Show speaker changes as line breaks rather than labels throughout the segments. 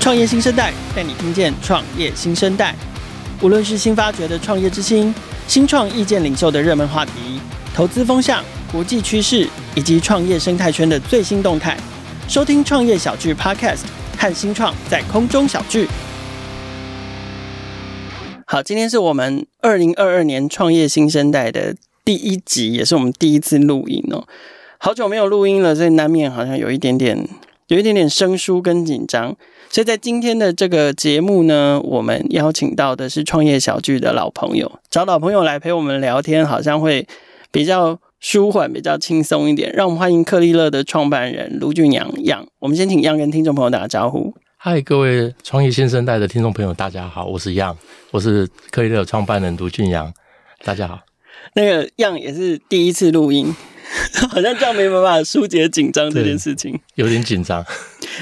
创业新生代带你听见创业新生代，无论是新发掘的创业之星、新创意见领袖的热门话题、投资风向、国际趋势以及创业生态圈的最新动态，收听创业小聚 Podcast 和新创在空中小聚。好，今天是我们二零二二年创业新生代的第一集，也是我们第一次录音哦。好久没有录音了，所以难免好像有一点点，有一点点生疏跟紧张。所以在今天的这个节目呢，我们邀请到的是创业小聚的老朋友，找老朋友来陪我们聊天，好像会比较舒缓、比较轻松一点。让我们欢迎克利勒的创办人卢俊阳样。我们先请样跟听众朋友打个招呼。
嗨，各位创业新生代的听众朋友，大家好，我是样，我是科技乐创办人卢俊阳，大家好，
那个样也是第一次录音，好像这样没办法疏解紧张这件事情。
有点紧张。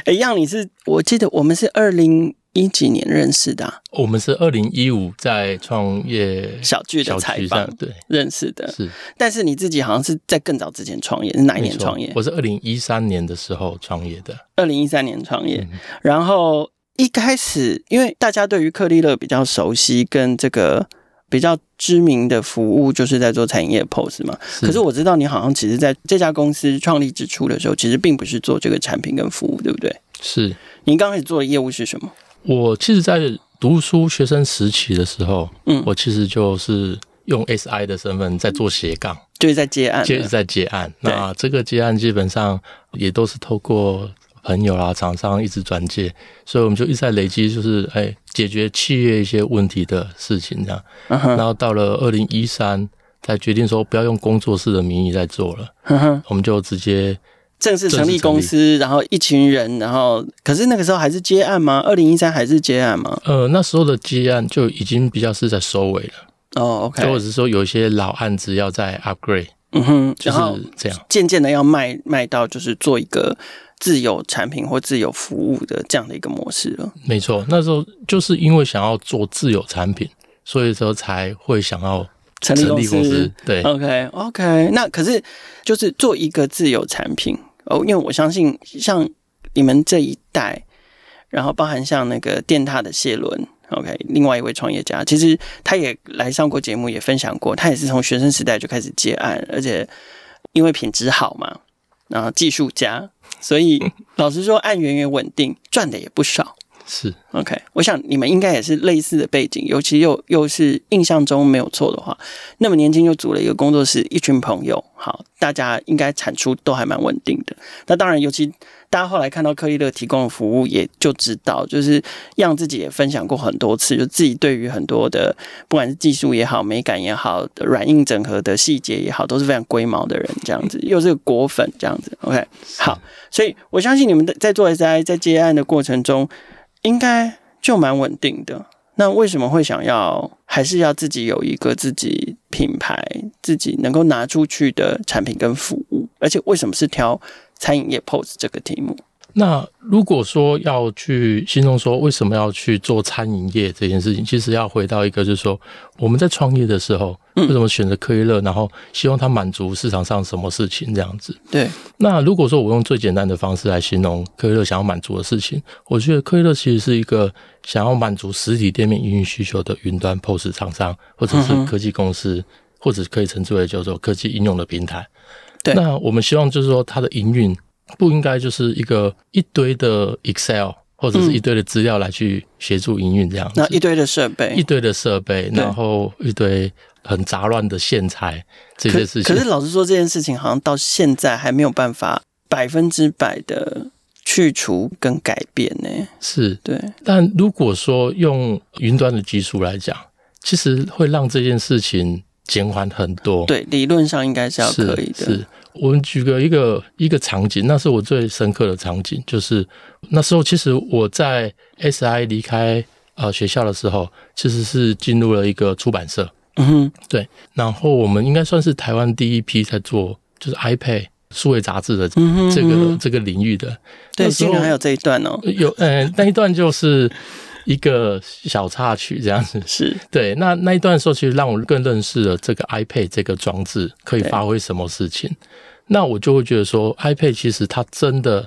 哎，样你是，我记得我们是二零一几年认识的、啊、
我们是二零一五在创业
小聚的
小
采
区
访呃
上，对，
认识的，
是
但是你自己好像是在更早之前创业，是哪一
没
年
错
创业？
我是二零一三年的时候创业的，
二零一三年创业，
嗯
然后一开始因为大家对于克利勒比较熟悉，跟这个比较知名的服务就是在做产业 POS 嘛。
是
可是我知道你好像其实在这家公司创立之初的时候，其实并不是做这个产品跟服务，对不对？
是
你刚开始做的业务是什么？
我其实，在读书学生时期的时候，
嗯
我其实就是用 SI 的身份在做斜杠。
就是在接案
接
了，
在接案。
对
那这个接案基本上也都是透过朋友啦、厂商一直转介，所以我们就一直在累积，就是哎、解决企业一些问题的事情这样。
嗯哼，
然后到了二零一三，才决定说不要用工作室的名义在做了，
嗯哼，
我们就直接
正式成
正式成
立
立
公司，然后一群人，然后可是那个时候还是接案吗？二零一三还是接案吗？
呃那时候的接案就已经比较是在收尾了，
哦，OK，
就或者是说有一些老案子要再 upgrade，
嗯哼，
就
然后
是这样。
渐渐的要卖卖到就是做一个自有产品或自有服务的这样的一个模式了。
没错，那时候就是因为想要做自有产品，所以说才会想要
成立
成
公
立
司
公司。对，
OK OK，那可是就是做一个自有产品哦，因为我相信像你们这一代，然后包含像那个电塔的谢伦。OK，另外一位创业家，其实他也来上过节目，也分享过，他也是从学生时代就开始接案，而且因为品质好嘛，然后技术佳，所以老实说，案源也稳定，赚的也不少。
是
OK，我想你们应该也是类似的背景，尤其又又是印象中没有错的话，那么年轻就组了一个工作室，一群朋友，好，大家应该产出都还蛮稳定的。那当然，尤其大家后来看到克利勒提供的服务，也就知道，就是让自己也分享过很多次，就自己对于很多的不管是技术也好、美感也好、软硬整合的细节也好，都是非常龟毛的人，这样子，又是个果粉这样子。OK，好，所以我相信你们在做 SI 在接案的过程中，应该就蛮稳定的。那为什么会想要还是要自己有一个自己品牌、自己能够拿出去的产品跟服务？而且为什么是挑餐饮业 POS 这个题目？
那如果说要去心中说为什么要去做餐饮业这件事情，其实要回到一个，就是说我们在创业的时候，为什么选择科一乐，然后希望它满足市场上什么事情这样子。
对，
那如果说我用最简单的方式来形容科一乐想要满足的事情，我觉得科一乐其实是一个想要满足实体店面营运需求的云端 POS 厂商，或者是科技公
嗯
司，或者可以称之为叫做科技应用的平台。
对
那我们希望就是说它的营运不应该就是一个一堆的 Excel 或者是一堆的资料来去协助营运这样
嗯
子。
那一堆的设备
一，堆的设备，
对
然后一堆很杂乱的线材这
可
些事情，
可是老实说，这件事情好像到现在还没有办法百分之百的去除跟改变呢。
是
对，
但如果说用云端的技术来讲，其实会让这件事情减缓很多。，
对，理论上应该是要
是
可以的。
是，我们举个一个一个场景，那是我最深刻的场景，就是那时候其实我在 SI 离开呃学校的时候，其实是进入了一个出版社，
嗯哼，
然后我们应该算是台湾第一批在做就是 iPad 数位杂志的
嗯哼，
这个、
嗯哼
这个领域的。
对，
那时
竟
候
然还有这一段哦，
有，呃，那一段就是一个小插曲这样子。
是
对，那那一段的时候，其实让我更认识了这个 iPad 这个装置可以
对
发挥什么事情。那我就会觉得说，iPad 其实它真的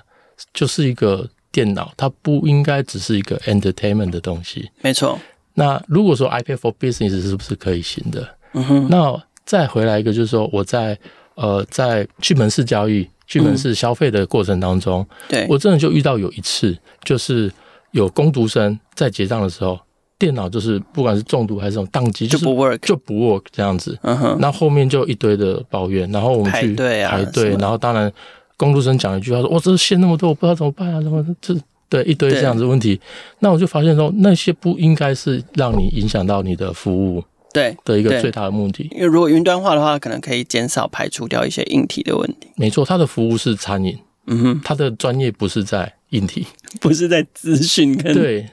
就是一个电脑它不应该只是一个 entertainment 的东西。
没错，
那如果说 iPad for Business 是不是可以行的？
嗯哼，
那再回来一个，就是说我在呃在剧本式交易、剧本式消费的过程当中，
嗯对，
我真的就遇到有一次，就是有工读生在结账的时候，电脑就是不管是中毒还是这种宕机，
就是不 work，
就不 work 这样子。
嗯哼，
那后面就一堆的抱怨，然后我们去
排队啊
排队
什么
然后当然工读生讲一句话说：“我这线那么多，我不知道怎么办啊，怎么这对一堆
对
这样子的问题。”那我就发现说，那些不应该是让你影响到你的服务
对，
的一
对
个最大的目的。
因为如果云端化的话，可能可以减少排除掉一些硬体的问题。
没错，他的服务是餐饮，
嗯哼，
他的专业不是在 硬体。
不是在资讯跟
对，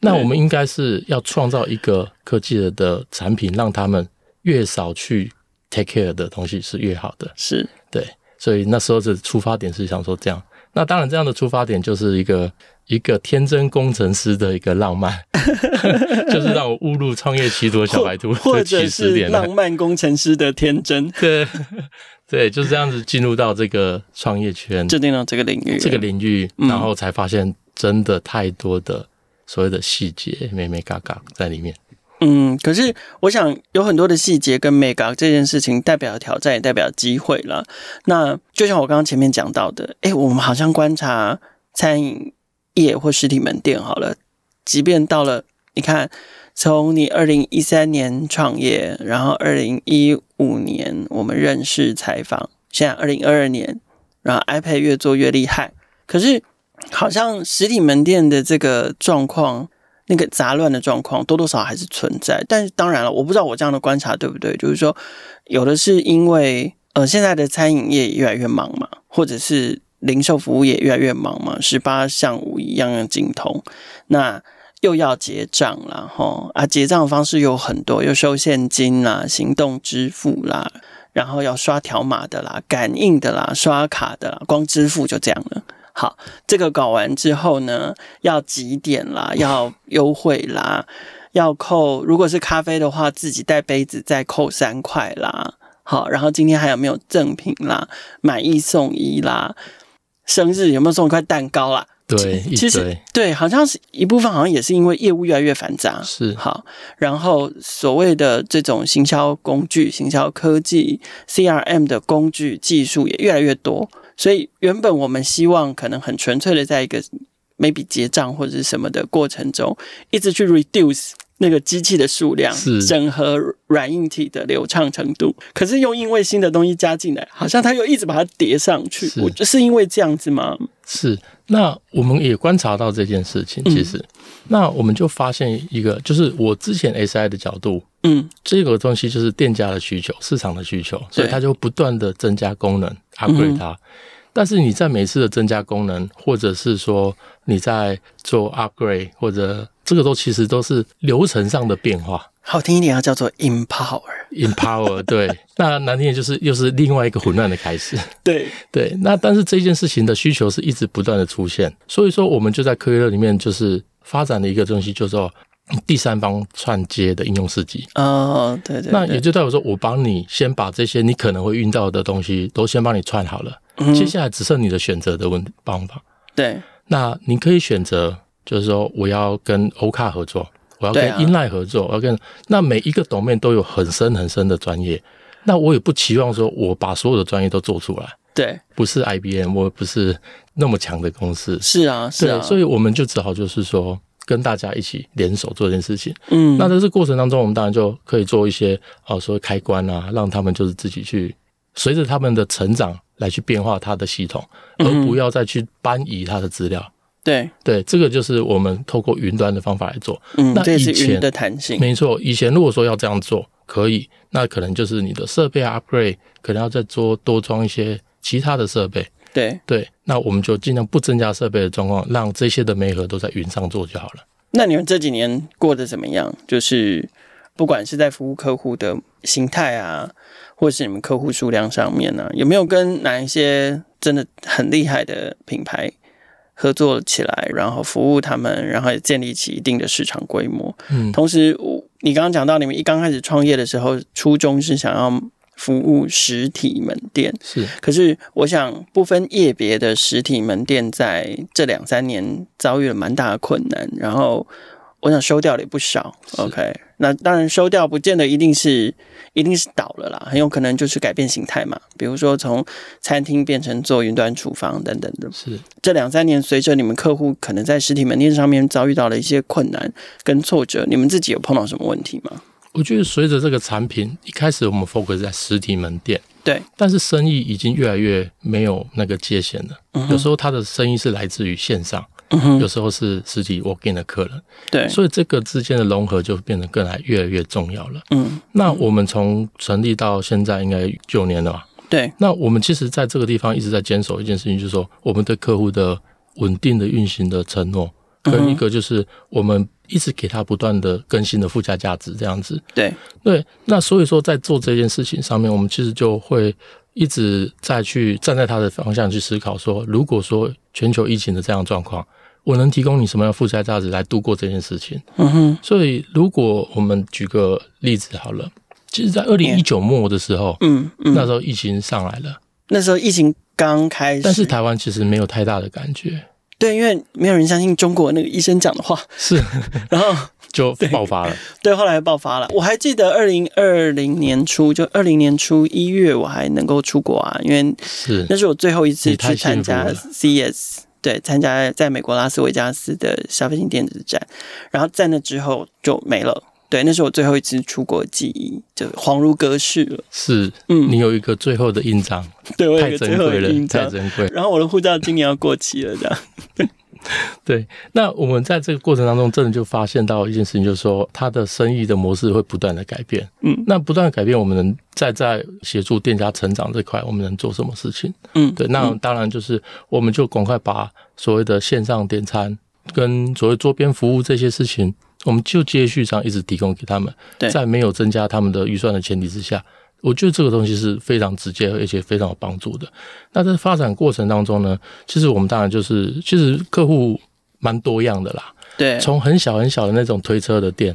那我们应该是要创造一个科技的的产品，让他们越少去 take care 的东西是越好的。
是
对，所以那时候的出发点是想说这样。那当然，这样的出发点就是一个一个天真工程师的一个浪漫， 就是让我误入创业歧途的小白兔，
或
这
者
起始
是
点了
浪。漫工程师的天 真，
对对，就是这样子进入到这个创业圈
制定了这个领域，
这个领域，
嗯
然后才发现真的太多的所谓的细节、美美嘎嘎在里面。
嗯，可是我想有很多的细节跟 mega 这件事情代表挑战，也代表机会了。那就像我刚刚前面讲到的，诶、我们好像观察餐饮业或实体门店好了，即便到了你看，从你二零一三年创业，然后二零一五年我们认识采访，现在二零二二年，然后 iPad 越做越厉害，可是好像实体门店的这个状况。那个杂乱的状况多多少少还是存在。但是当然了，我不知道我这样的观察对不对，就是说，有的是因为呃现在的餐饮业越来越忙嘛，或者是零售服务业越来越忙嘛，十八项五一样样精通，那又要结账啦，吼啊，结账的方式有很多，又收现金啦，行动支付啦。然后要刷条码的啦、感应的啦、刷卡的啦，光支付就这样了。好，这个搞完之后呢，要几点啦，要优惠啦，要扣。如果是咖啡的话，自己带杯子再扣三块啦。好，然后今天还有没有赠品啦？买一送一啦，生日有没有送一块蛋糕啦？
对，一
其实
堆
对，好像是一部分，好像也是因为业务越来越繁杂，
是
好，然后所谓的这种行销工具、行销科技、CRM 的工具技术也越来越多，所以原本我们希望可能很纯粹的在一个 maybe 结账或者是什么的过程中，一直去 reduce 那个机器的数量，
是
整合软硬体的流畅程度，可是又因为新的东西加进来，好像它又一直把它叠上去，
是
我就是因为这样子吗？
是。那我们也观察到这件事情，其实，那我们就发现一个，就是我之前 SI 的角度，
嗯，
这个东西就是店家的需求、市场的需求，所以它就不断的增加功能，upgrade 它。但是你在每次的增加功能，或者是说你在做 upgrade，或者这个都其实都是流程上的变化。
好听一点要啊叫做 empower，
empower 对，那难听的就是又是另外一个混乱的开始。
对，
对，那但是这件事情的需求是一直不断的出现，所以说我们就在科学乐里面就是发展了一个东西，叫做第三方串接的应用市集。
哦，对对对，
那也就代表说，我帮你先把这些你可能会遇到的东西都先帮你串好了，
嗯
接下来只剩你的选择的问方法。
对，
那你可以选择，就是说我要跟欧卡合作，我要跟
对啊
Inline 合作，我要跟那每一个 domain 都有很深很深的专业。那我也不期望说我把所有的专业都做出来，
对，
不是 IBM，我不是那么强的公司，
是啊，是啊，
对，所以我们就只好就是说跟大家一起联手做这件事情。
嗯，
那在这过程当中，我们当然就可以做一些啊，呃所谓开关啊，让他们就是自己去随着他们的成长来去变化他的系统，
嗯
而不要再去搬移他的资料。
对，
对，这个就是我们透过云端的方法来做。
嗯，
那
这也是
以前
云的弹性，
没错，以前如果说要这样做，可以，那可能就是你的设备啊 upgrade，可能要再做多装一些其他的设备。
对。
对，那我们就尽量不增加设备的状况，让这些的媒合都在云上做就好了。
那你们这几年过得怎么样？就是不管是在服务客户的形态啊，或是你们客户数量上面呢、啊，有没有跟哪一些真的很厉害的品牌？合作起来，然后服务他们，然后也建立起一定的市场规模。
嗯
同时，我你刚刚讲到你们一刚开始创业的时候，初衷是想要服务实体门店。
是
可是，我想不分业别的实体门店在这两三年遭遇了蛮大的困难，然后我想收掉了也不少。OK，那当然收掉不见得一定是一定是倒了啦，很有可能就是改变形态嘛，比如说从餐厅变成做云端厨房等等的。
是
这两三年，随着你们客户可能在实体门店上面遭遇到了一些困难跟挫折，你们自己有碰到什么问题吗？
我觉得随着这个产品，一开始我们 focus 在实体门店，
对，
但是生意已经越来越没有那个界限了。有时候他的生意是来自于线上，
嗯哼，
有时候是实体 walk in 的客人，
对，
所以这个之间的融合就变得更来越来越重要了。
嗯，
那我们从成立到现在应该九年了吧？
对，
那我们其实在这个地方一直在坚守一件事情，就是说我们对客户的稳定的运行的承诺，跟一个就是我们一直给他不断的更新的附加价值这样子。
对，
对，那所以说在做这件事情上面，我们其实就会一直在去站在他的方向去思考说如果说全球疫情的这样的状况，我能提供你什么样的附加价值来度过这件事情？
嗯哼，
所以如果我们举个例子好了，其实，在二零一九末的时候，
嗯嗯，
那时候疫情上来了。
那时候疫情刚开始，
但是台湾其实没有太大的感觉，
对，因为没有人相信中国那个医生讲的话，
是
然后
就爆发了。
对，后来爆发了。我还记得二零二零年初，就二零年初一月，我还能够出国啊，因为
是
那是我最后一次
你
去
太
参
幸福
加
了
CES，对，参加在美国拉斯维加斯的消费性电子展，然后在那之后就没了。对，那是我最后一次出国记忆，就恍如隔世了。
是，
嗯
你有一个最后的印章，
对，我有一
太
个
珍
最后
贵
的印
了，太
象。
珍贵。
然后我的护照今年要过期了，这样。
对，那我们在这个过程当中，真的就发现到一件事情，就是说它的生意的模式会不断的改变。
嗯，
那不断的改变，我们能在在协助店家成长这块，我们能做什么事情？
嗯，
对，那当然就是我们就赶快把所谓的线上点餐跟所谓桌边服务这些事情，我们就接续上一直提供给他们
对。
在没有增加他们的预算的前提之下，我觉得这个东西是非常直接而且非常有帮助的。那在发展过程当中呢，其实我们当然就是，其实客户蛮多样的啦，
对，嗯
从很小很小的那种推车的店，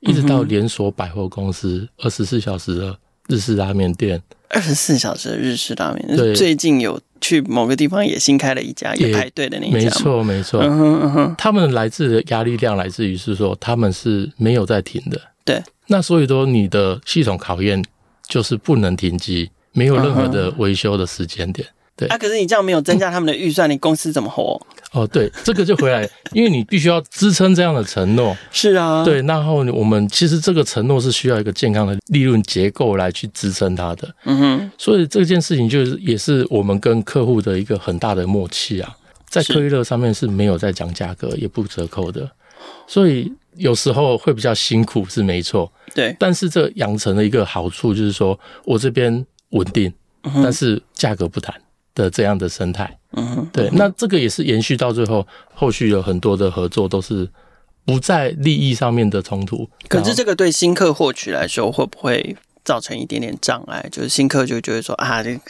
一直到连锁百货公司，二十四小时的日式拉面店，
二十四小时的日式拉面，
对
最近有去某个地方也新开了一家，也
也
排队的那一家，
没，错没错，
嗯哼嗯哼，
他们来自的压力量来自于是说他们是没有在停的，
对，
那所以说你的系统考验就是不能停机，没有任何的维修的时间点。对
啊，可是你这样没有增加他们的预算，你公司怎么活？
哦，对，这个就回来，因为你必须要支撑这样的承诺，
是啊，，
对，然后我们其实这个承诺是需要一个健康的利润结构来去支撑它的，
嗯哼，
所以这件事情就是也是我们跟客户的一个很大的默契啊，在
是
科娱乐上面是没有在讲价格，也不折扣的，所以有时候会比较辛苦是没错，
对，
但是这养成了一个好处就是说我这边稳定，但是价格不谈的这样的生态。
嗯哼，
对，那这个也是延续到最后，后续有很多的合作都是不在利益上面的冲突。
可是
然后
这个对新客获取来说，会不会造成一点点障碍？就是新客就觉得说啊，这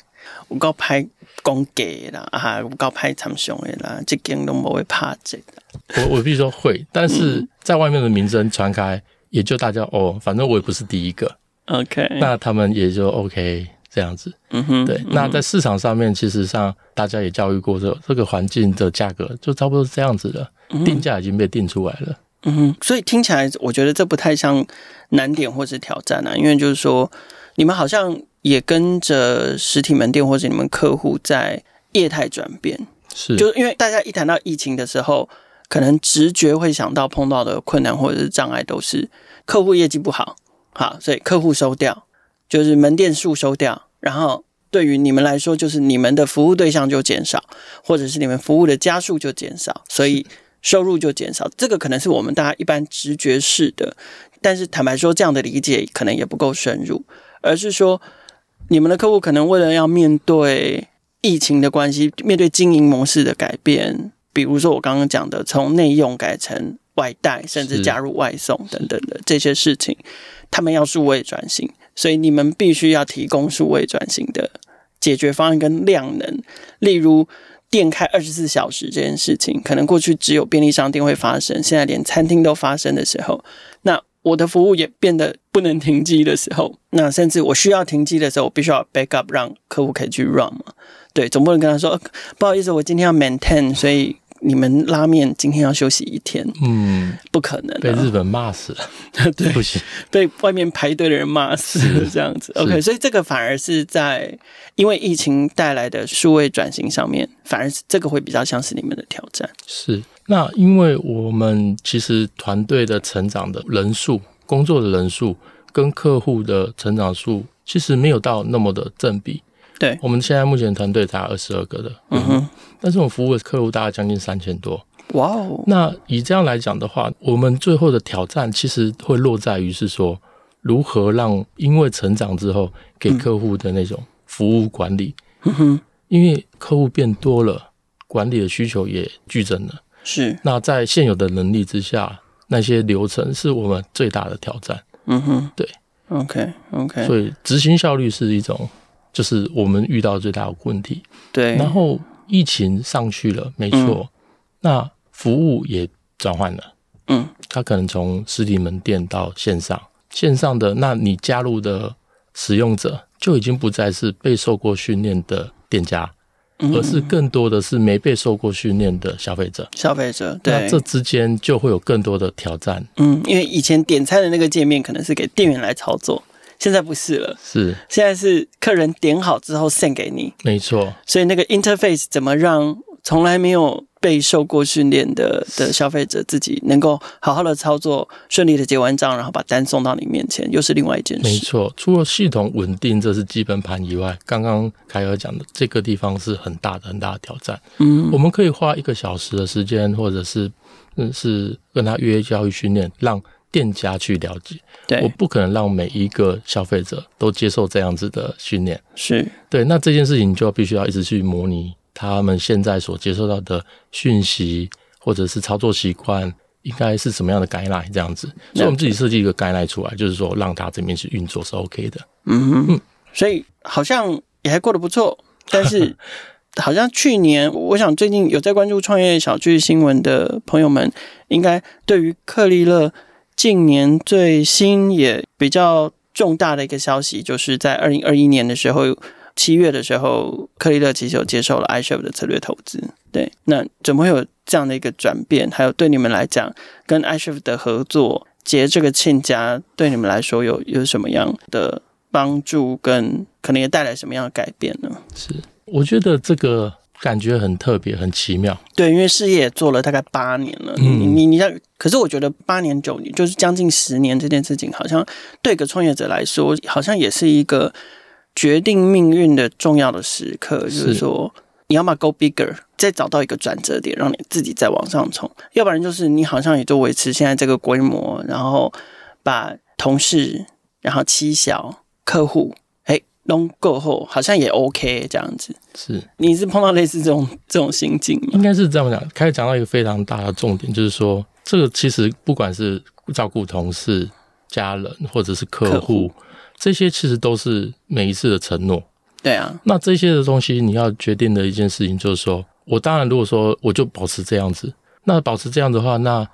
我告拍公给啦，啊，我告拍长雄的啦，这间都不会怕这的，
我我必须说会，但是
嗯
在外面的名声传开，也就大家哦，反正我也不是第一个，
OK，
那他们也就 OK 这样子。
嗯哼，
对，那在市场上面，其实上大家也教育过这这个环境的价格就差不多是这样子的，定价已经被定出来了。
嗯哼，所以听起来我觉得这不太像难点或是挑战啊，因为就是说你们好像也跟着实体门店或者你们客户在业态转变，
是，
就是因为大家一谈到疫情的时候，可能直觉会想到碰到的困难或者是障碍都是客户业绩不好，好，所以客户收掉，就是门店数收掉，然后对于你们来说，就是你们的服务对象就减少，或者是你们服务的家数就减少，所以收入就减少。这个可能是我们大家一般直觉式的，但是坦白说，这样的理解可能也不够深入，而是说你们的客户可能为了要面对疫情的关系，面对经营模式的改变，比如说我刚刚讲的，从内用改成外带，甚至
是
加入外送等等的这些事情，他们要数位转型，所以你们必须要提供数位转型的解决方案跟量能，例如。店开二十四小时这件事情，可能过去只有便利商店会发生，现在连餐厅都发生的时候，那我的服务也变得不能停机的时候，那甚至我需要停机的时候，我必须要 backup 让客户可以去 run 嘛。对，总不能跟他说、呃不好意思，我今天要 maintain，所以你们拉面今天要休息一天，
嗯，
不可能、啊。
被日本骂死了，
对
不行，
被外面排队的人骂死
是
这样子。OK，所以这个反而是在因为疫情带来的数位转型上面，反而是这个会比较像是你们的挑战。
是。那因为我们其实团队的成长的人数、工作的人数跟客户的成长数，其实没有到那么的正比。
对，
我们现在目前团队才二十二个的，
嗯哼，
但是我们服务的客户大概将近三千多。
哇哦，
那以这样来讲的话，我们最后的挑战其实会落在于是说，如何让因为成长之后给客户的那种服务管理，
嗯哼，
因为客户变多了，管理的需求也剧增了。
是，
那在现有的能力之下，那些流程是我们最大的挑战。
嗯哼，
对
，OK，OK，、
所以执行效率是一种，就是我们遇到最大的问题。
对，
然后疫情上去了，没错，那服务也转换了。
嗯，
它可能从实体门店到线上，线上的那你加入的使用者就已经不再是被受过训练的店家，
嗯
而是更多的是没被受过训练的消费者。
消费者
那
对
这，之间就会有更多的挑战，
嗯，因为以前点餐的那个界面可能是给店员来操作，现在不是了，
是
现在是客人点好之后 send 给你，
没错，
所以那个 interface 怎么让从来没有被受过训练的的消费者自己能够好好的操作，顺利的结完账，然后把单送到你面前，又是另外一件
没
事。
错。除了系统稳定这是基本盘以外，刚刚凯尔讲的这个地方是很大的很大的挑战。
嗯
我们可以花一个小时的时间，或者是嗯是跟他约教育训练，让店家去了解。
对，
我不可能让每一个消费者都接受这样子的训练。
是，
对，那这件事情就必须要一直去模拟他们现在所接受到的讯息，或者是操作习惯，应该是什么样的 guideline 这样子。所以我们自己设计一个 guideline 出来，就是说让他这边去运作是 OK 的。
嗯哼，所以好像也还过得不 错，但是好像去年，我想最近有在关注创业小聚新闻的朋友们，应该对于克利勒近年最新也比较重大的一个消息，就是在二零二一年的时候。七月的时候，克利勒其实有接受了 iShape 的策略投资。对，那怎么会有这样的一个转变？还有对你们来讲，跟 iShape 的合作结这个亲家，对你们来说有有什么样的帮助跟可能也带来什么样的改变呢？
我觉得这个感觉很特别，很奇妙。
对，因为事业也做了大概八年了，
嗯
你你你像，可是我觉得八年九年就是将近十年这件事情，好像对一个创业者来说，好像也是一个决定命运的重要的时刻，就是
是
说。你要么 go bigger，再找到一个转折点，让你自己再往上冲；要不然就是你好像也就维持现在这个规模，然后把同事、然后妻小、客户，哎，弄够后，好像也 OK 这样子。
是，
你是碰到类似这种这种心境吗？
应该是这样讲。开始讲到一个非常大的重点，就是说，这个其实不管是照顾同事、家人，或者是
客
客
户
户，这些其实都是每一次的承诺。
对啊，
那这些的东西，你要决定的一件事情就是说，我当然如果说我就保持这样子，那保持这样的话，那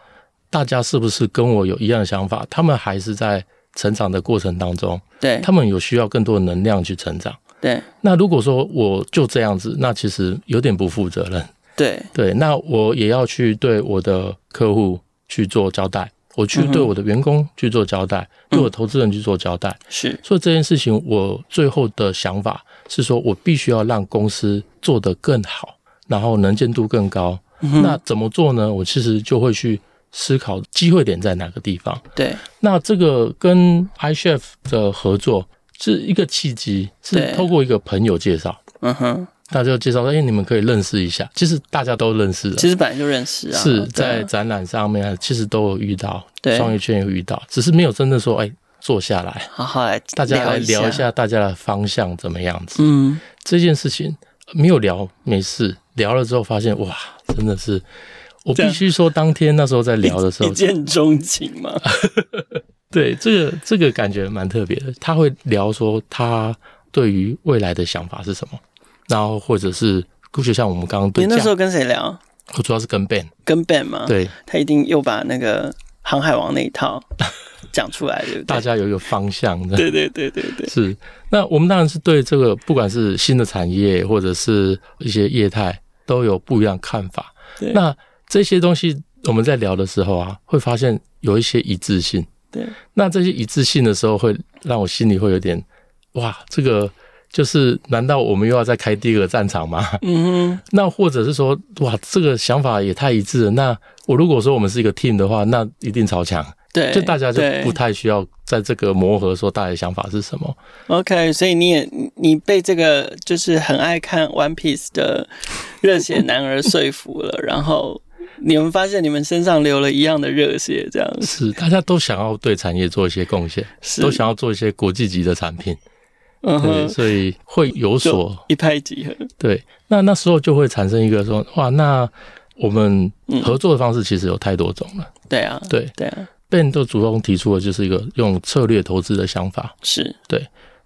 大家是不是跟我有一样的想法？他们还是在成长的过程当中，
对
他们有需要更多的能量去成长。
对
那如果说我就这样子，那其实有点不负责任。
对，
对，那我也要去对我的客户去做交代，我去对我的员工去做交代，对我投资人去做交代。
是
所以这件事情，我最后的想法是说，我必须要让公司做得更好，然后能见度更高。
嗯
那怎么做呢？我其实就会去思考机会点在哪个地方。
对
那这个跟 iChef 的合作是一个契机，
对
是透过一个朋友介绍，
嗯哼，
他就介绍说：“哎、你们可以认识一下。”其实大家都认识了，
其实本来就认识啊，
是
对啊
在展览上面，其实都有遇到，
对
创业圈有遇到，只是没有真的说：“哎、坐下来。”
好好来
大家来聊
一
一，下大家的方向怎么样子。
嗯，
这件事情没有聊没事，聊了之后发现哇，真的是我
这样
必须说，当天那时候在聊的时
一
候，
见钟情嘛，
啊对这个这个感觉蛮特别的。他会聊说他对于未来的想法是什么，然后或者是。就像我们刚刚
你
对
那时候
讲，
跟谁聊？
我主要是跟 Ben
跟 Ben 吗？，
啊对
他一定又把那个航海王那一套讲出来，对不对？
大家有一个方向的。
对对对对对，
是，那我们当然是对这个，不管是新的产业或者是一些业态，都有不一样的看法。
对
那这些东西我们在聊的时候啊，会发现有一些一致性。
对，
那这些一致性的时候，会让我心里会有点，哇，这个就是难道我们又要再开第二个战场吗？
嗯哼，
那或者是说，哇，这个想法也太一致了。那我如果说我们是一个 team 的话，那一定超强，
对，
就大家就
对
不太需要在这个磨合，说大家的想法是什么。
OK，所以你也你你被这个就是很爱看 One Piece 的热血男儿说服了，然后你们发现你们身上流了一样的热血，这样
是，大家都想要对产业做一些贡献，
是
都想要做一些国际级的产品，
嗯
对，
哼，
所以会有所
一拍即合，
对。那那时候就会产生一个说，哇，那我们合作的方式其实有太多种了。
对啊，
对
对啊，
Ben 都主动提出的就是一个用策略投资的想法。
是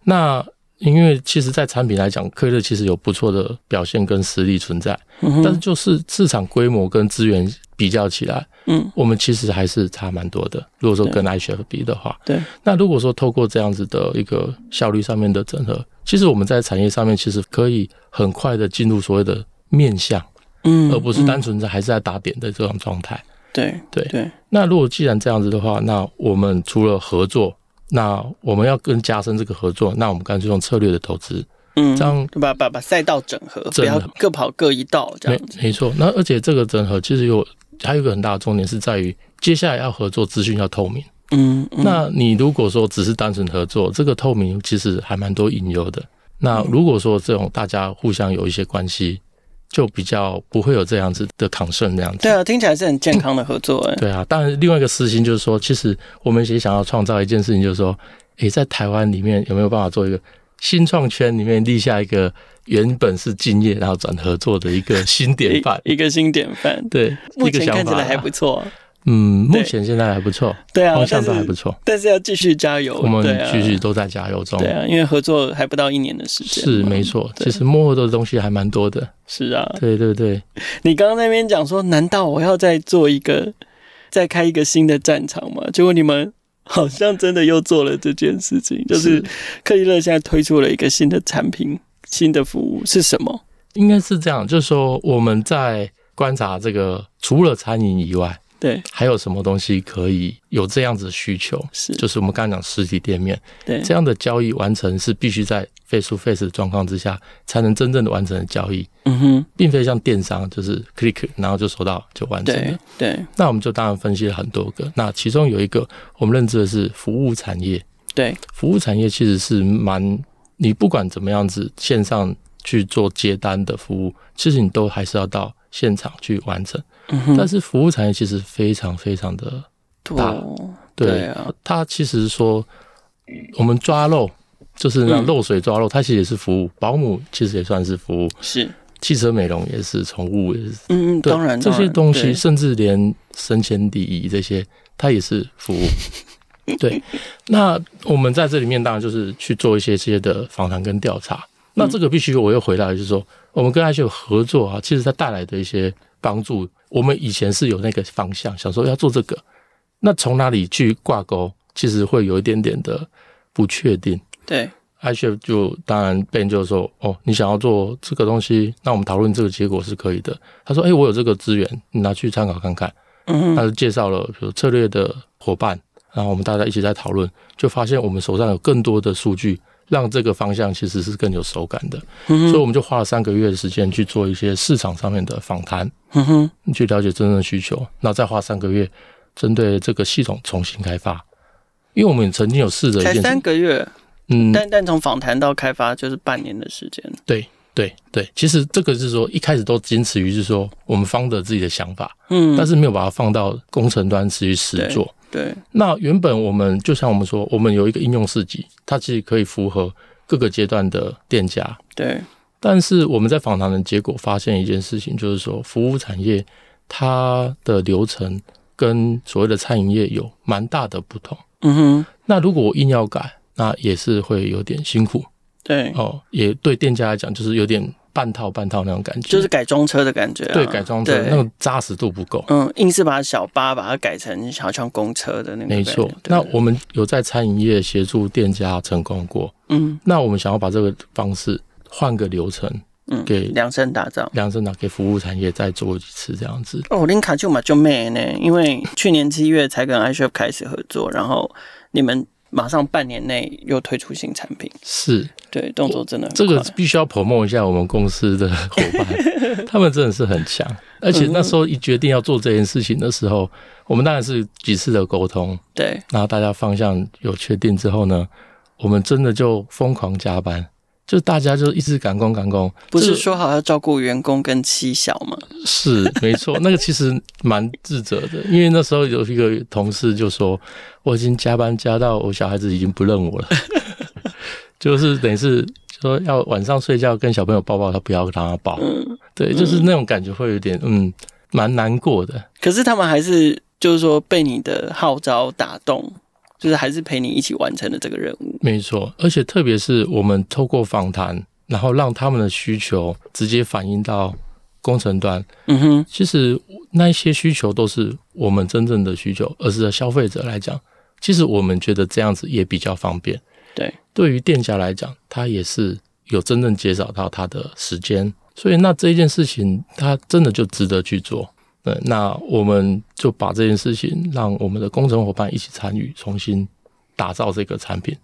那因为其实，在产品来讲，科乐其实有不错的表现跟实力存在，
嗯
但是
哼，
就是市场规模跟资源比较起来，
嗯，
我们其实还是差蛮多的。如果说跟 iShare 比的话，
对，
那如果说透过这样子的一个效率上面的整合，其实我们在产业上面其实可以很快的进入所谓的面向，
嗯，
而不是单
嗯
纯的还是在打点的这种状态。
对
对
对，
那如果既然这样子的话，那我们除了合作，那我们要更加深这个合作，那我们干脆用策略的投资，
嗯，
这样
把把把赛道整合，不
整
要
合
各跑各一道这
没
样子，
没错。那而且这个整合其实有还有一个很大的重点是在于，接下来要合作资讯要透明。
嗯，嗯
那你如果说只是单纯合作，这个透明其实还蛮多隐忧的。那如果说这种大家互相有一些关系，就比较不会有这样子的 concern 那样子。
对啊，听起来是很健康的合作，哎，？
对啊，当然另外一个私心就是说，其实我们也想要创造一件事情，就是说，诶，在台湾里面有没有办法做一个新创圈里面立下一个原本是敬业然后转合作的一个新典范
一一个新典范，
对，
目
一个
前
想
看起
法
来
啊
还不错，
嗯，目
对
前现在还不错，
对啊
方，
但
向
是
都还不错，
但是要继续加油，
我们
对啊
继续都在加油中。
对啊，因为合作还不到一年的时间嘛，
是没错，
对
其实幕后的东西还蛮多的。
是啊，
对对对，
你刚刚那边讲说，难道我要再做一个，再开一个新的战场吗？结果你们好像真的又做了这件事情，就是克利勒现在推出了一个新的产品、新的服务是什么？
应该是这样，就是说我们在观察这个，除了餐饮以外，
对，
还有什么东西可以有这样子的需求？
是，
就是我们刚刚讲实体店面
对，
这样的交易完成是必须在 face to face 的状况之下，才能真正的完成的交易，
嗯哼，
并非像电商就是 click 然后就收到就完成
对
了。
对
那我们就当然分析了很多个，那其中有一个我们认知的是服务产业，
对，
服务产业其实是蛮，你不管怎么样子线上去做接单的服务，其实你都还是要到现场去完成。
嗯哼，
但是服务产业其实非常非常的，大
多
对
对啊，
它其实说我们抓漏，就是让
嗯
漏水抓漏，它其实也是服务，保姆其实也算是服务，
是，
汽车美容也是，宠物也是，
嗯嗯，
对
当然
这
当
些
然
东
对
西，甚至连生前礼仪这些，它也是服务。对，那我们在这里面当然就是去做一些这些的访谈跟调查。那
嗯
这个必须我又回来，就是说，我们跟艾秀合作啊，其实它带来的一些帮助，我们以前是有那个方向，想说要做这个，那从哪里去挂钩，其实会有一点点的不确定。
对
i s h i f 就当然 Ben 就说：“哦，你想要做这个东西，那我们讨论这个结果是可以的。”他说：“哎、我有这个资源，你拿去参考看看。”
嗯
他
哼，
就介绍了比如策略的伙伴，然后我们大家一起在讨论，就发现我们手上有更多的数据，让这个方向其实是更有手感的。
嗯
所以
哼，
我们就花了三个月的时间去做一些市场上面的访谈，
嗯哼，
去了解真正的需求，然后再花三个月针对这个系统重新开发。因为我们曾经有试着一
才
件
三
事，
个月，
嗯，
但但从访谈到开发就是半年的时间，
对对对，其实这个是说一开始都仅此于是说我们方的自己的想法，
嗯，
但是没有把它放到工程端去实做。
对，
那原本我们就像我们说，我们有一个应用市集，它其实可以符合各个阶段的店家。
对，
但是我们在访谈的结果发现一件事情，就是说服务产业它的流程跟所谓的餐饮业有蛮大的不同。
嗯哼，
那如果我硬要改，那也是会有点辛苦。
对，
哦，也对店家来讲就是有点半套半套那种感觉，
就是改装车的感觉、啊。
对改装车
对
那种扎实度不够。
嗯，硬是把小巴把它改成好像公车的那个。
没错
嗯对，
那我们有在餐饮业协助店家成功过。
嗯
那我们想要把这个方式换个流程，
嗯，
给
量身打造。
量身打给服务产业再做一次这样子。
哦，林卡就嘛就妹呢，因为去年七月才跟 iChef 开始合作，然后你们马上半年内又推出新产品，
是
对，动作真的很
这个
快
必须要 promote 一下我们公司的伙 伴，他们真的是很强。而且
嗯
那时候一决定要做这件事情的时候，我们当然是几次的沟通，
对，
然后大家方向有确定之后呢，我们真的就疯狂加班，就大家就一直赶工赶工，
不
这
是
个
说好要照顾员工跟妻小吗？
是没 错，那个其实蛮自责的，因为那时候有一个同事就说，我已经加班加到我小孩子已经不认我 了，就是等于是说要晚上睡觉跟小朋友抱抱，他不要让他抱，
嗯，
对，就是那种感觉会有点嗯蛮难过的，
可是他们还是就是说被你的号召打动，就是还是陪你一起完成了这个任务。
没错，而且特别是我们透过访谈，然后让他们的需求直接反映到工程端，
嗯哼，
其实那一些需求都是我们真正的需求，而是消费者来讲，其实我们觉得这样子也比较方便。
对，
对于店家来讲，他也是有真正减少到他的时间，所以那这件事情，他真的就值得去做。对，那我们就把这件事情让我们的工程伙伴一起参与，重新打造这个产品。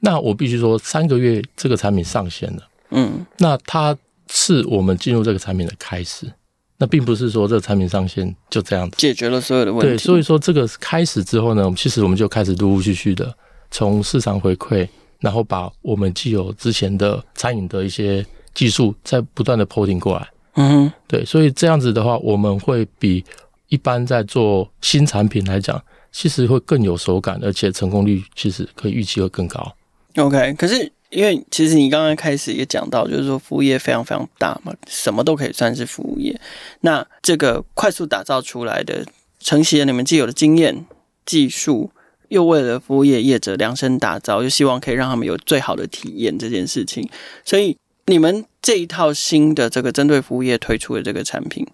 那我必须说，三个月这个产品上线了。
嗯，
那它是我们进入这个产品的开始，那并不是说这个产品上线就这样子。
解决了所有的问
对，
题。
所以说这个开始之后呢，其实我们就开始陆陆续续的从市场回馈，然后把我们既有之前的餐饮的一些技术，再不断的 porting 过来。
嗯哼，
对，所以这样子的话，我们会比一般在做新产品来讲，其实会更有手感，而且成功率其实可以预期会更高。
OK，可是因为其实你刚刚开始也讲到，就是说服务业非常非常大嘛，什么都可以算是服务业。那这个快速打造出来的，承袭了你们既有的经验、技术，又为了服务业业者量身打造，又希望可以让他们有最好的体验这件事情。所以你们这一套新的这个针对服务业推出的这个产品，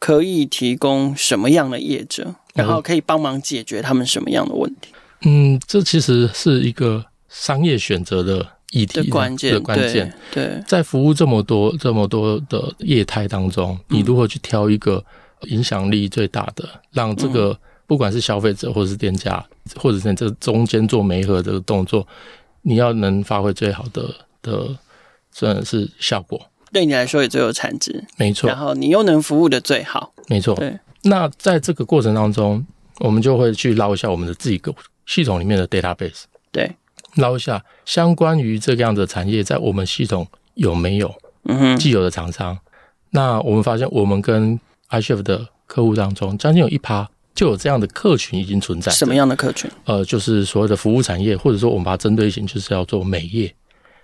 可以提供什么样的业者？然后可以帮忙解决他们什么样的问题？
嗯，这其实是一个商业选择的议题
的关键，
的关键。
对，对，
在服务这么多这么多的业态当中，
嗯
你如何去挑一个影响力最大的，让这
嗯
个不管是消费者或者是店家，或者是你这中间做媒合的动作，你要能发挥最好的的，真的是效果。
对你来说也最有产值，
没错
然，后你又能服务的最好。
没错。
对，
那在这个过程当中，我们就会去捞一下我们的自己个系统里面的 database。
对，
捞一下相关于这个样的产业，在我们系统有没有
嗯哼，
既有的厂商？那我们发现，我们跟 iChef 的客户当中，将近有一趴就有这样的客群已经存在。
什么？样的客群？
呃，就是所谓的服务产业，或者说我们把它针对性，就是要做美业。
嗯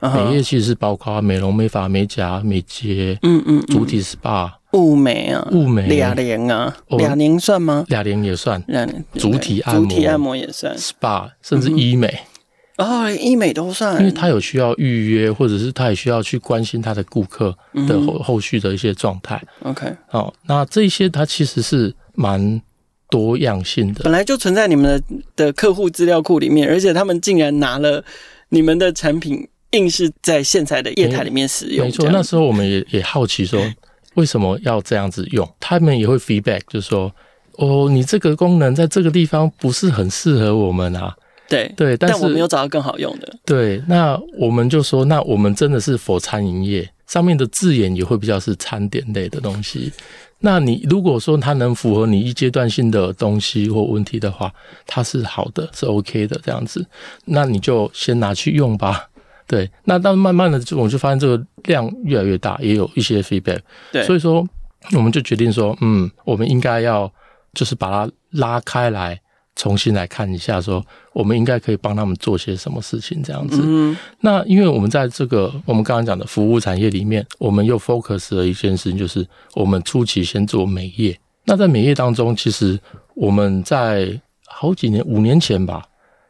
美
哼
业其实是包括美容、美发、美甲、美睫、
嗯嗯，
主体 SPA、
物美啊，
物美、
俩年啊，
哦
俩年算吗？
俩联也算
两年
足体按
足
摩
体按摩也算
，SPA
嗯
甚至医美。
哦，医美都算，
因为他有需要预约，或者是他也需要去关心他的顾客的后
嗯
后续的一些状态。
OK，
哦，那这些它其实是蛮多样性的。
本来就存在你们的的客户资料库里面，而且他们竟然拿了你们的产品，硬是在现在的业态里面使用，
没错，
这样
那时候我们也也好奇说，为什么要这样子用？他们也会 feedback，就说。哦，你这个功能在这个地方不是很适合我们啊，
对，
对，但
但
是
我没有找到更好用的，
对，那我们就说，那我们真的是否餐饮业上面的字眼也会比较是餐点类的东西。那你如果说它能符合你一阶段性的东西或问题的话，它是好的，是 OK 的这样子，那你就先拿去用吧。对，那但慢慢的，就我就发现这个量越来越大，也有一些 feedback，
对，以
所以说我们就决定说，嗯，我们应该要就是把它拉开来，重新来看一下说我们应该可以帮他们做些什么事情这样子。
嗯，
那因为我们在这个我们刚刚讲的服务产业里面，我们又 focus 了一件事情，就是我们初期先做美业。那在美业当中，其实我们在好几年，五年前吧，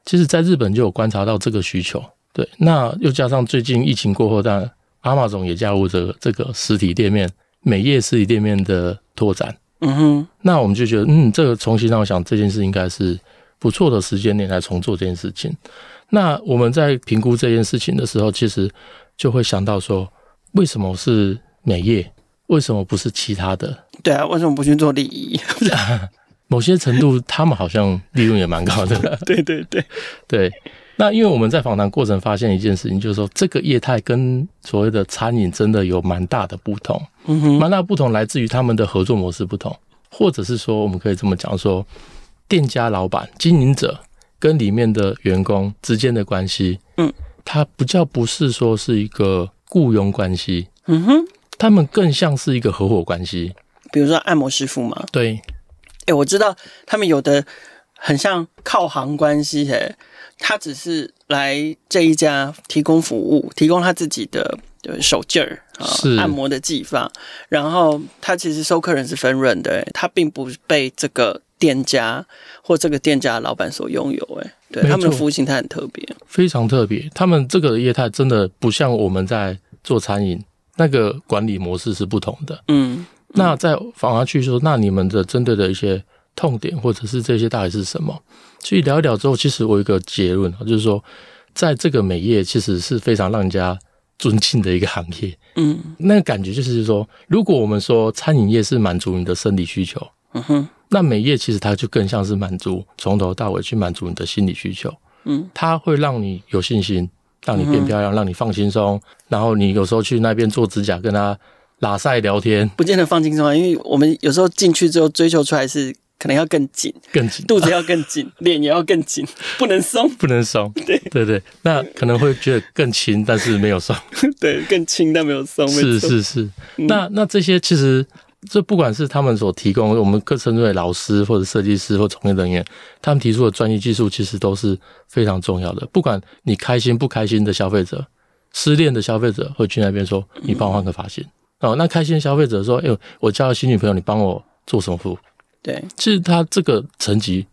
其实在日本就有观察到这个需求。对，那又加上最近疫情过后，当然阿玛总也加入这个这个实体店面美业实体店面的拓展。
嗯哼，
那我们就觉得，嗯，这个重新让我想这件事应该是不错的时间点来重做这件事情。那我们在评估这件事情的时候，其实就会想到说，为什么是美业，为什么不是其他的？
对啊，为什么不去做礼仪？
某些程度，他们好像利润也蛮高的。
对对对，
对，那因为我们在访谈过程发现一件事情，就是说这个业态跟所谓的餐饮真的有蛮大的不同。
嗯哼，
蛮大不同来自于他们的合作模式不同，或者是说，我们可以这么讲说，店家老板、经营者跟里面的员工之间的关系，
嗯，
它不叫不是说是一个雇佣关系，
嗯哼，
他们更像是一个合伙关系。
比如说按摩师傅嘛，
对，
哎、我知道他们有的很像靠行关系、欸，他只是来这一家提供服务，提供他自己的呃手劲儿啊
是，
按摩的技法，然后他其实收客人是分润的、欸，他并不被这个店家或这个店家的老板所拥有、欸，哎，对
没
他们的
错
服务形态很特别，
非常特别。他们这个业态真的不像我们在做餐饮那个管理模式是不同的。
嗯
那再反而去说，那你们的针对的一些痛点，或者是这些到底是什么？去聊一聊之后，其实我有一个结论啊，就是说，在这个美业其实是非常让人家尊敬的一个行业。
嗯
那个感觉就是说，如果我们说餐饮业是满足你的生理需求，
嗯哼
那美业其实它就更像是满足从头到尾去满足你的心理需求。
嗯，
它会让你有信心，让你变漂亮，让你放轻松。然后你有时候去那边做指甲，跟他拉塞聊天，
不见得放轻松啊，因为我们有时候进去之后追求出来是可能要更紧，
更紧
肚子要更紧， 脸也要更紧，不能松。
不能松，对对对，那可能会觉得更轻，但是没有松，
对，更轻但没有松，没
是
错，嗯
是是。那那这些其实，这不管是他们所提供，我们各称之为老师或者设计师或从业人员，他们提出的专业技术其实都是非常重要的。不管你开心不开心的消费者，失恋的消费者会去那边说：“你帮我换个发型。”哦，那开心的消费者说：“哎、呦，我交了新女朋友，你帮我做什么服务
对，？”
其实他这个层级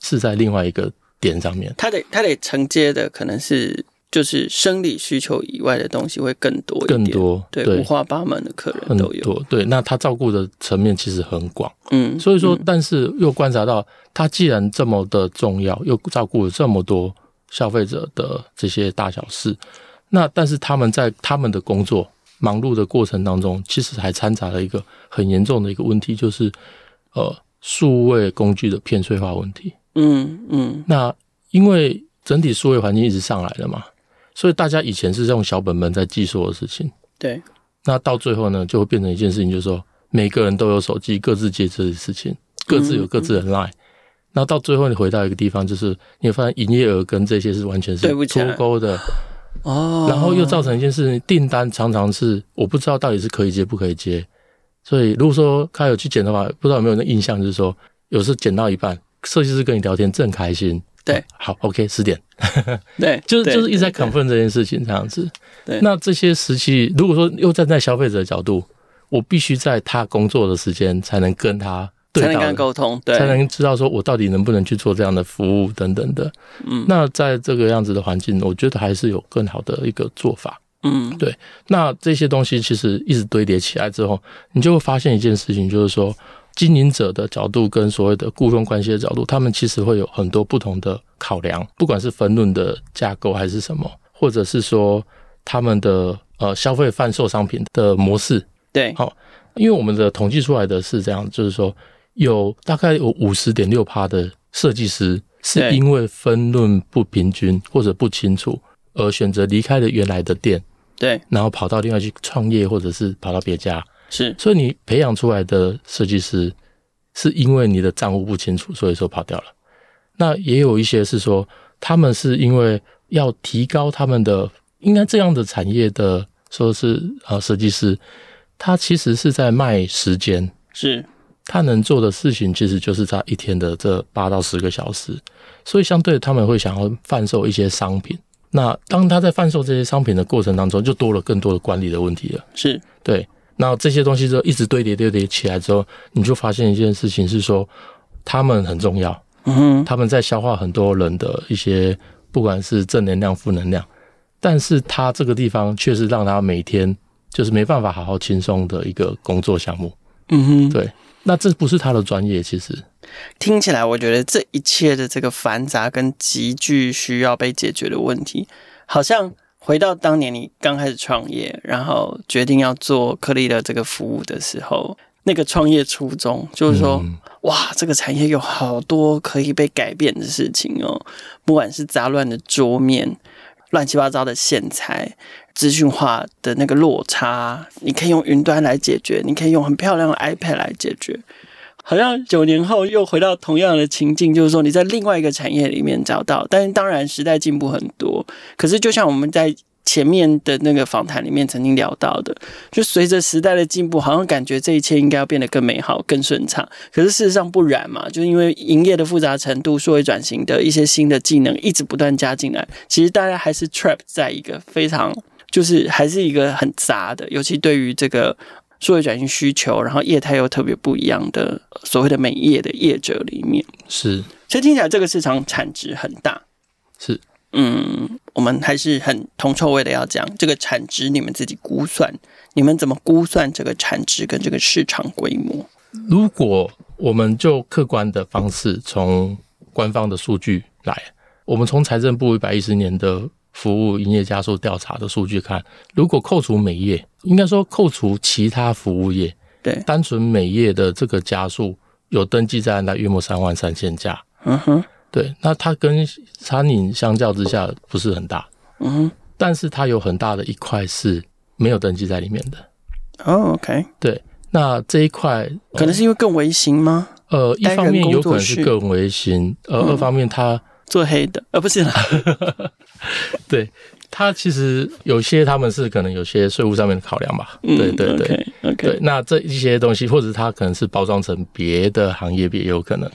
是在另外一个点上面。
他得他得承接的可能是就是生理需求以外的东西会更多一点，
更多
对，
对
五花八门的客人
很
都有，
多对，那他照顾的层面其实很广，
嗯，
所以说，但是又观察到，他既然这么的重要，又照顾了这么多消费者的这些大小事，那但是他们在他们的工作忙碌的过程当中，其实还掺杂了一个很严重的一个问题，就是呃，数位工具的片碎化问题。
嗯嗯
那因为整体数位环境一直上来了嘛，所以大家以前是用小本本在记所有事情。
对，
那到最后呢，就会变成一件事情，就是说每个人都有手机，各自接这些事情，各自有
嗯
各自的 line。那到最后，你回到一个地方，就是你会发现营业额跟这些是完全是
对不起
脱
来
钩的，
哦，
然后又造成一件事情，订单常常是我不知道到底是可以接不可以接。所以如果说他有去剪头发，不知道有没有那印象，就是说有时候剪到一半，设计师跟你聊天正开心，
对，
好，OK，十点，
对，
就是
对
就是一直在
对
confirm 这件事情这样子
对。
那这些时期，如果说又站在消费者的角度，我必须在他工作的时间才能跟他
对
对
才能
到
跟
的
他沟通，对，
才能知道说我到底能不能去做这样的服务等等的。
嗯
那在这个样子的环境，我觉得还是有更好的一个做法。
嗯
那这些东西其实一直堆叠起来之后，你就会发现一件事情，就是说经营者的角度跟所谓的雇佣关系的角度，他们其实会有很多不同的考量，不管是分论的架构还是什么，或者是说他们的呃消费贩售商品的模式。
对，
因为我们的统计出来的是这样，就是说有大概有五十点六趴的设计师是
对
因为分论不平均或者不清楚而选择离开了原来的店。
对
然后跑到另外去创业，或者是跑到别家。
是，
所以你培养出来的设计师，是因为你的账户不清楚，所以说跑掉了。那也有一些是说，他们是因为要提高他们的，应该这样的产业的，说是呃设计师，他其实是在卖时间，
是
他能做的事情其实就是在一天的这八到十个小时，所以相对他们会想要贩售一些商品。那当他在贩售这些商品的过程当中，就多了更多的管理的问题了。
是，
对，那这些东西就一直堆叠堆叠起来之后，你就发现一件事情是说，他们很重要，
嗯哼，
他们在消化很多人的一些，不管是正能量、负能量。但是它这个地方却是让他每天就是没办法好好轻松的一个工作项目。
嗯哼，
对，那这不是他的专业，其实
听起来我觉得这一切的这个繁杂跟极具需要被解决的问题，好像回到当年你刚开始创业，然后决定要做颗粒的这个服务的时候，那个创业初衷就是说。
嗯
哇，这个产业有好多可以被改变的事情哦，不管是杂乱的桌面、乱七八糟的线材、资讯化的那个落差，你可以用云端来解决，你可以用很漂亮的 iPad 来解决。好像九年后又回到同样的情境，就是说你在另外一个产业里面找到，但是当然时代进步很多，可是就像我们在前面的那个访谈里面曾经聊到的，就随着时代的进步，好像感觉这一切应该要变得更美好、更顺畅。可是事实上不然嘛，就是因为营业的复杂程度、数位转型的一些新的技能一直不断加进来，其实大家还是 trap 在一个非常就是还是一个很杂的，尤其对于这个数位转型需求，然后业态又特别不一样的呃所谓的美业的业者里面，
是
所以听起来这个市场产值很大。
是
嗯，我们还是很铜臭味的要讲这个产值，你们自己估算，你们怎么估算这个产值跟这个市场规模？
如果我们就客观的方式，从官方的数据来，我们从财政部一百一十年的服务营业家数调查的数据看，如果扣除美业，应该说扣除其他服务业，
对，
单纯美业的这个家数有登记在案的约莫三万三千家，
嗯哼，
对，那它跟餐饮相较之下不是很大，
嗯哼。
但是它有很大的一块是没有登记在里面的。
哦、o k
对，那这一块
可能是因为更微型吗？
呃，一
单人
方面有可
工
能
作
是
嗯
更微型，呃，二方面它
做黑的，呃，不是啦，
对它其实有些他们是可能有些税务上面的考量吧。
嗯
对对对。
o k
对，那这一些东西，或者它可能是包装成别的行业，也有可能，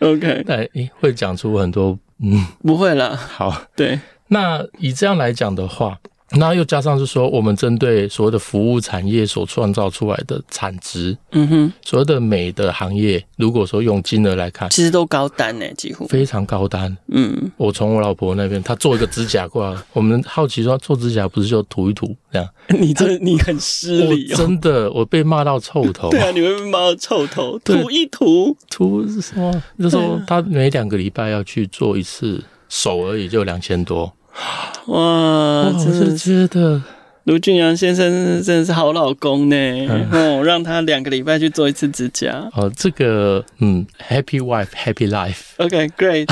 o k
但诶会讲出很多嗯，
不会啦，
好，
对，
那以这样来讲的话，那又加上是说，我们针对所谓的服务产业所创造出来的产值，
嗯哼，
所谓的美的行业，如果说用金额来看，
其实都高单呢、几乎，
非常高单。
嗯，
我从我老婆那边，她做一个指甲过来，我们好奇说做指甲不是就涂一涂这样？
你这 你很失礼
我
哦，
真的我被骂到臭头
对，啊，你会被骂到臭头，
对
涂一涂，
涂是什么？就说她每两个礼拜要去做一次手而已，就两千多。
哇，
哇我
啊真的
就是觉得
卢俊阳先生真的是好老公呢，哦，让他两个礼拜去做一次指 甲
哦、呃这个嗯，Happy Wife Happy Life。
，OK，great，、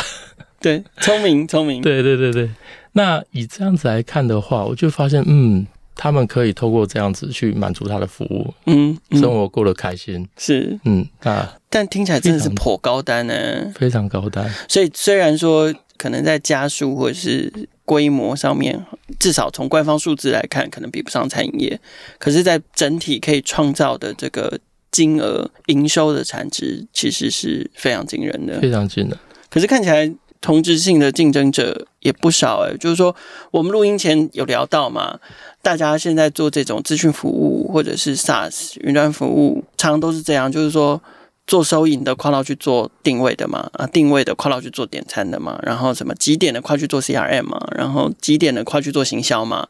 对，聪明聪明，
对对对对，那以这样子来看的话，我就发现，嗯，他们可以透过这样子去满足他的服务，
嗯，
生
嗯，
活过得开心。
是，
嗯，那
但听起来真的是
非常
颇高单呢、
非常高单。
所以虽然说可能在家数或者是规模上面，至少从官方数字来看，可能比不上餐饮业，可是，在整体可以创造的这个金额、营收的产值，其实是非常惊人的。
非常近的，
可是看起来同质性的竞争者也不少哎、就是说我们录音前有聊到嘛，大家现在做这种资讯服务或者是 SaaS 云端服务，常常都是这样，就是说。做收银的跨到去做定位的嘛，啊，定位的跨到去做点餐的嘛，然后什么几点的跨去做 CRM 嘛，然后几点的跨去做行销嘛，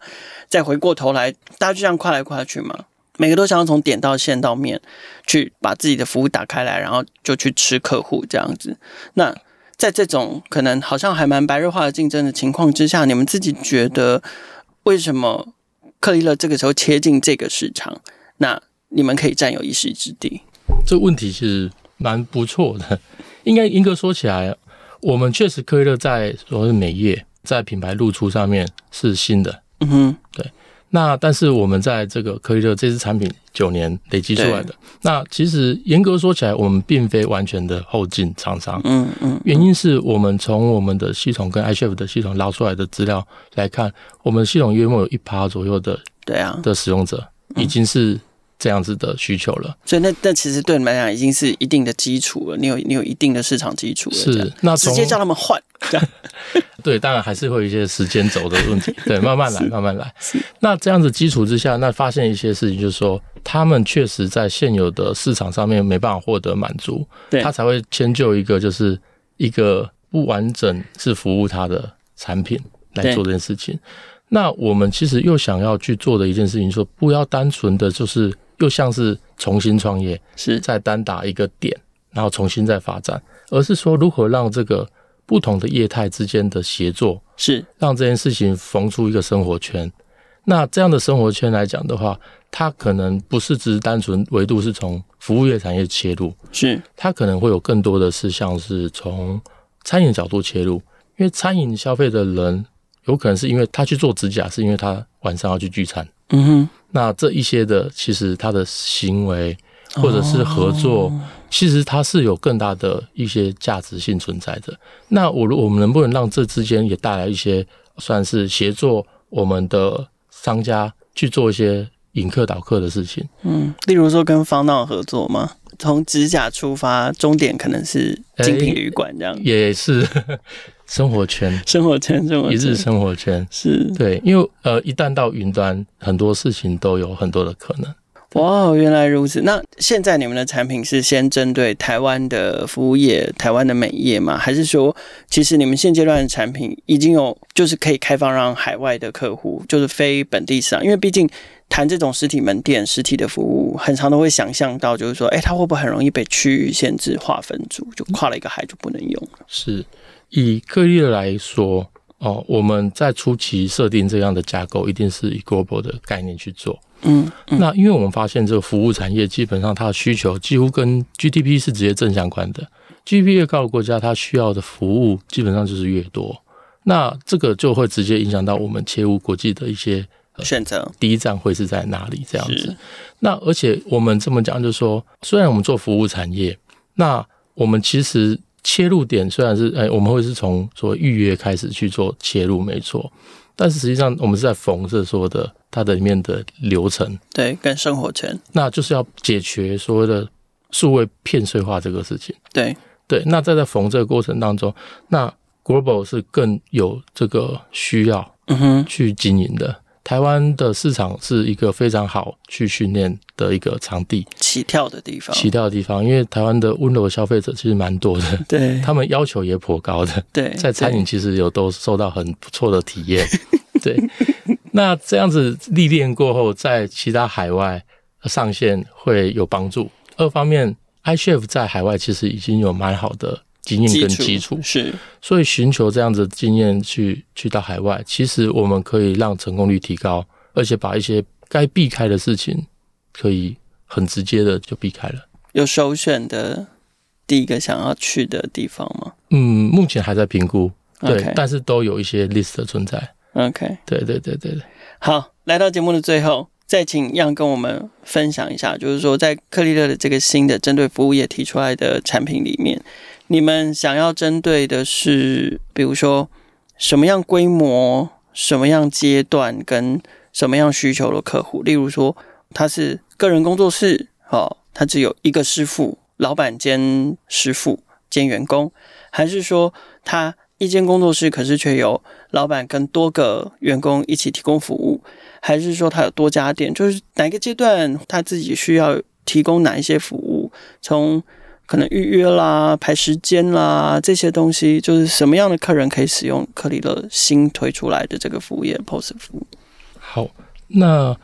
再回过头来，大家就这样跨来跨去嘛，每个都想要从点到线到面去把自己的服务打开来，然后就去吃客户这样子。那在这种可能好像还蛮白热化的竞争的情况之下，你们自己觉得为什么克利勒这个时候切进这个市场？那你们可以占有一席之地。
这问题其实蛮不错的。 应该严格说起来，我们确实科勒在所谓的美业在品牌露出上面是新的，
嗯哼，
那但是我们在这个科利勒这支产品九年累积出来的，那其实严格说起来，我们并非完全的后进厂商。
嗯嗯
原因是我们从我们的系统跟 iChef 的系统捞出来的资料来看，我们系统约莫有一趴左右的
对啊，
的使用者已经是这样子的需求了。
所以那那其实对你们来讲已经是一定的基础了，你有你有一定的市场基础了，这样
是，那
嗯直
从
接叫他们换，这样
对，当然还是会有一些时间轴的 问题，对，慢慢来，慢慢来
是。
那这样子基础之下，那发现一些事情，就是说他们确实在现有的市场上面没办法获得满足，
对
他才会迁就一个就是一个不完整是服务他的产品。来做这件事情。那我们其实又想要去做的一件事情，说不要单纯的就是又像是重新创业，
是
再单打一个点，然后重新再发展，而是说如何让这个不同的业态之间的协作，
是
让这件事情缝出一个生活圈。那这样的生活圈来讲的话，它可能不是只是单纯维度是从服务业产业切入，
是
它可能会有更多的是像是从餐饮的角度切入，因为餐饮消费的人有可能是因为他去做指甲，是因为他晚上要去聚餐。
嗯哼，
那这一些的，其实他的行为或者是合作，其实它是有更大的一些价值性存在的。那我如我们能不能让这之间也带来一些算是协作我们的商家去做一些引客导客的事情？
嗯，例如说跟方闹合作嘛，从指甲出发，终点可能是精品旅馆这样，
也是 生活圈，
生活圈生活
一日
圈
生活圈。
是
对，因为呃，一旦到云端，很多事情都有很多的可能。
哇，原来如此。那现在你们的产品是先针对台湾的服务业、台湾的美业吗？还是说，其实你们现阶段的产品已经有，就是可以开放让海外的客户，就是非本地市场？因为毕竟谈这种实体门店、实体的服务，很常都会想象到，就是说，哎、它会不会很容易被区域限制、划分住，就跨了一个海就不能用了？
是以个例来说，哦，我们在初期设定这样的架构，一定是以 global 的概念去做。
嗯，
那因为我们发现这个服务产业基本上它的需求几乎跟 GDP 是直接正相关的。GDP 越高的国家，它需要的服务基本上就是越多。那这个就会直接影响到我们切入国际的一些
选择
第一站会是在哪里这样子
是。
那而且我们这么讲，就是说，虽然我们做服务产业，那我们其实切入点虽然是，哎，我们会是从所谓预约开始去做切入，没错。但是实际上，我们是在缝这说的它的里面的流程，
对，跟生活圈
那就是要解决所谓的数位片碎化这个事情。
对，
对，那在在缝这个过程当中，那 Global 是更有这个需要，
嗯哼，
去经营的。台湾的市场是一个非常好去训练的一个场地，
起跳的地方，
起跳的地方，因为台湾的温柔消费者其实蛮多 的，
对
他们要求也颇高的，
对，
在餐饮其实有都受到很不错的体验。对， 那这样子历练过后，在其他海外上线会有帮助。二方面，iChef 在海外其实已经有蛮好的经验
对
跟基础，
是
所以寻求这样子的经验去去到海外，其实我们可以让成功率提高，而且把一些该避开的事情，可以很直接的就避开了。
有首选的第一个想要去的地方吗
嗯，目前还在评估，对
OK
但是都有一些 list 的存在。
？OK，
对对对对对，
好，来到节目的最后，再请样跟我们分享一下，就是说在克利勒的这个新的针对服务业提出来的产品里面，你们想要针对的是，比如说什么样规模、什么样阶段跟什么样需求的客户，例如说他是个人工作室，哦，他只有一个师傅，老板兼师傅兼员工，还是说他一间工作室，可是却有老板跟多个员工一起提供服务，还是说他有多家店？就是哪个阶段他自己需要提供哪一些服务？从可能预约啦、排时间啦这些东西，就是什么样的客人可以使用克里勒新推出来的这个服务业 POS 服务？
好，那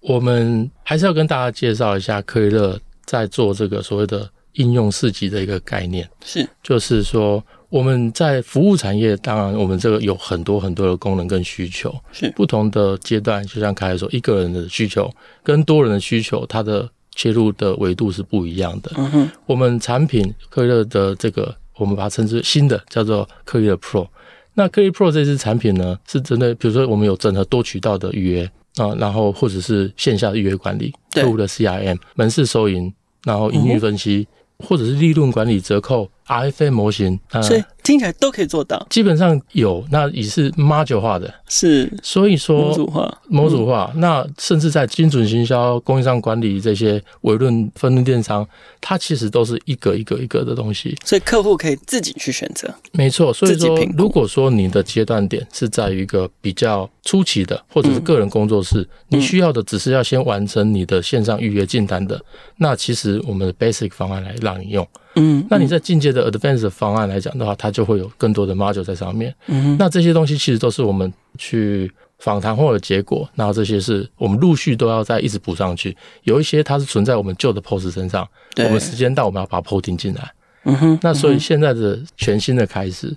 我们还是要跟大家介绍一下科瑞乐在做这个所谓的应用市集的一个概念。
是
就是说我们在服务产业，当然我们这个有很多很多的功能跟需求，
是
不同的阶段，就像凯说，一个人的需求跟多人的需求，它的切入的维度是不一样的。
嗯哼，
我们产品科乐的这个，我们把它称之为新的，叫做科乐 Pro。那科乐 Pro 这支产品呢，是针对比如说我们有整合多渠道的预约啊、然后或者是线下的预约管理、
对
客户的 CRM、门市收银，然后盈
嗯
利
哼
分析，或者是利润管理、折扣、RFA 模型，呃
所以听起来都可以做到，
基本上有，那也是 module 化的，
是
所以
模
说
组化，嗯
模组化，那甚至在精准行销、供应商管理这些维论分论电商，它其实都是一个一个一个的东西。
所以客户可以自己去选择。
没错，所以
自己
说
评，估
如果说你的阶段点是在于一个比较初期的，或者是个人工作室，
嗯
你需要的只是要先完成你的线上预约进单的，那其实我们的 basic 方案来让你用。
嗯，
那你在进阶的 advanced 方案来讲的话，它就会有更多的 module 在上面。
嗯哼，
那这些东西其实都是我们去访谈后的结果，然后这些是我们陆续都要再一直补上去。有一些它是存在我们旧的 POS 身上，
对
我们时间到我们要把它 PO 定进来。
嗯哼，
那所以现在的全新的开始。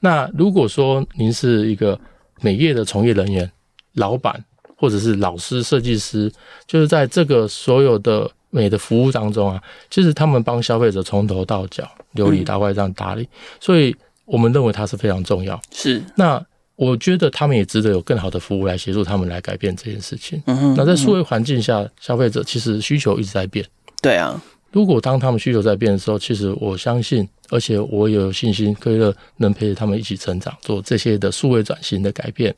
那如果说您是一个美业的从业人员、老板或者是老师、设计师，就是在这个所有的美的服务当中啊，其实他们帮消费者从头到脚、由里到外这样打理，所以我们认为它是非常重要。
是，
那我觉得他们也值得有更好的服务来协助他们来改变这件事情。
嗯哼，
那在数位环境下，消费者其实需求一直在变。
对啊，
如果当他们需求在变的时候，其实我相信，而且我也有信心，科乐能陪着他们一起成长，做这些的数位转型的改变。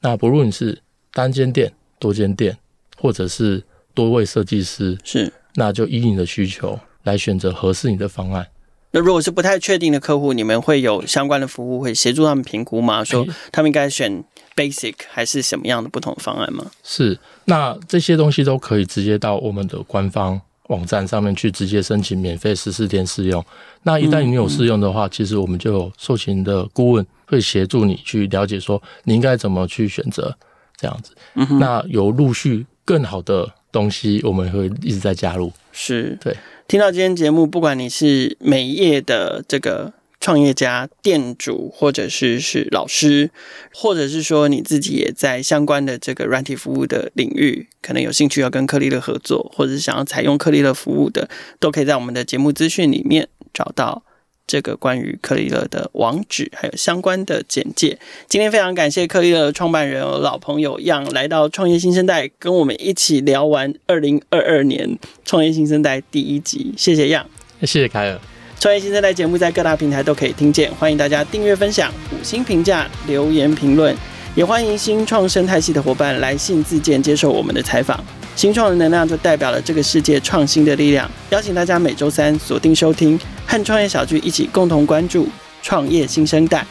那不论是单间店、多间店，或者是多位设计师，
是。
那就依你的需求来选择合适你的方案。
那如果是不太确定的客户，你们会有相关的服务会协助他们评估吗？说他们应该选 basic 还是什么样的不同的方案吗？
是，那这些东西都可以直接到我们的官方网站上面去直接申请免费十四天试用。那一旦你有试用的话，其实我们就有授权的顾问会协助你去了解说你应该怎么去选择这样子。那有陆续更好的东西，我们会一直在加入。
是
对。
听到今天节目，不管你是美业的这个创业家、店主，或者是是老师，或者是说你自己也在相关的这个软体服务的领域，可能有兴趣要跟克利勒合作，或者是想要采用克利勒服务的，都可以在我们的节目资讯里面找到。这个关于克利勒的网址，还有相关的简介。今天非常感谢克利勒创办人、呃老朋友样来到创业新生代，跟我们一起聊完二零二二年创业新生代第一集，谢谢样。
谢谢凯尔，
创业新生代节目在各大平台都可以听见，欢迎大家订阅、分享、五星评价、留言评论，也欢迎新创生态系的伙伴来信自荐，接受我们的采访。新创的能量就代表了这个世界创新的力量，邀请大家每周三锁定收听，和创业小聚一起共同关注创业新生代。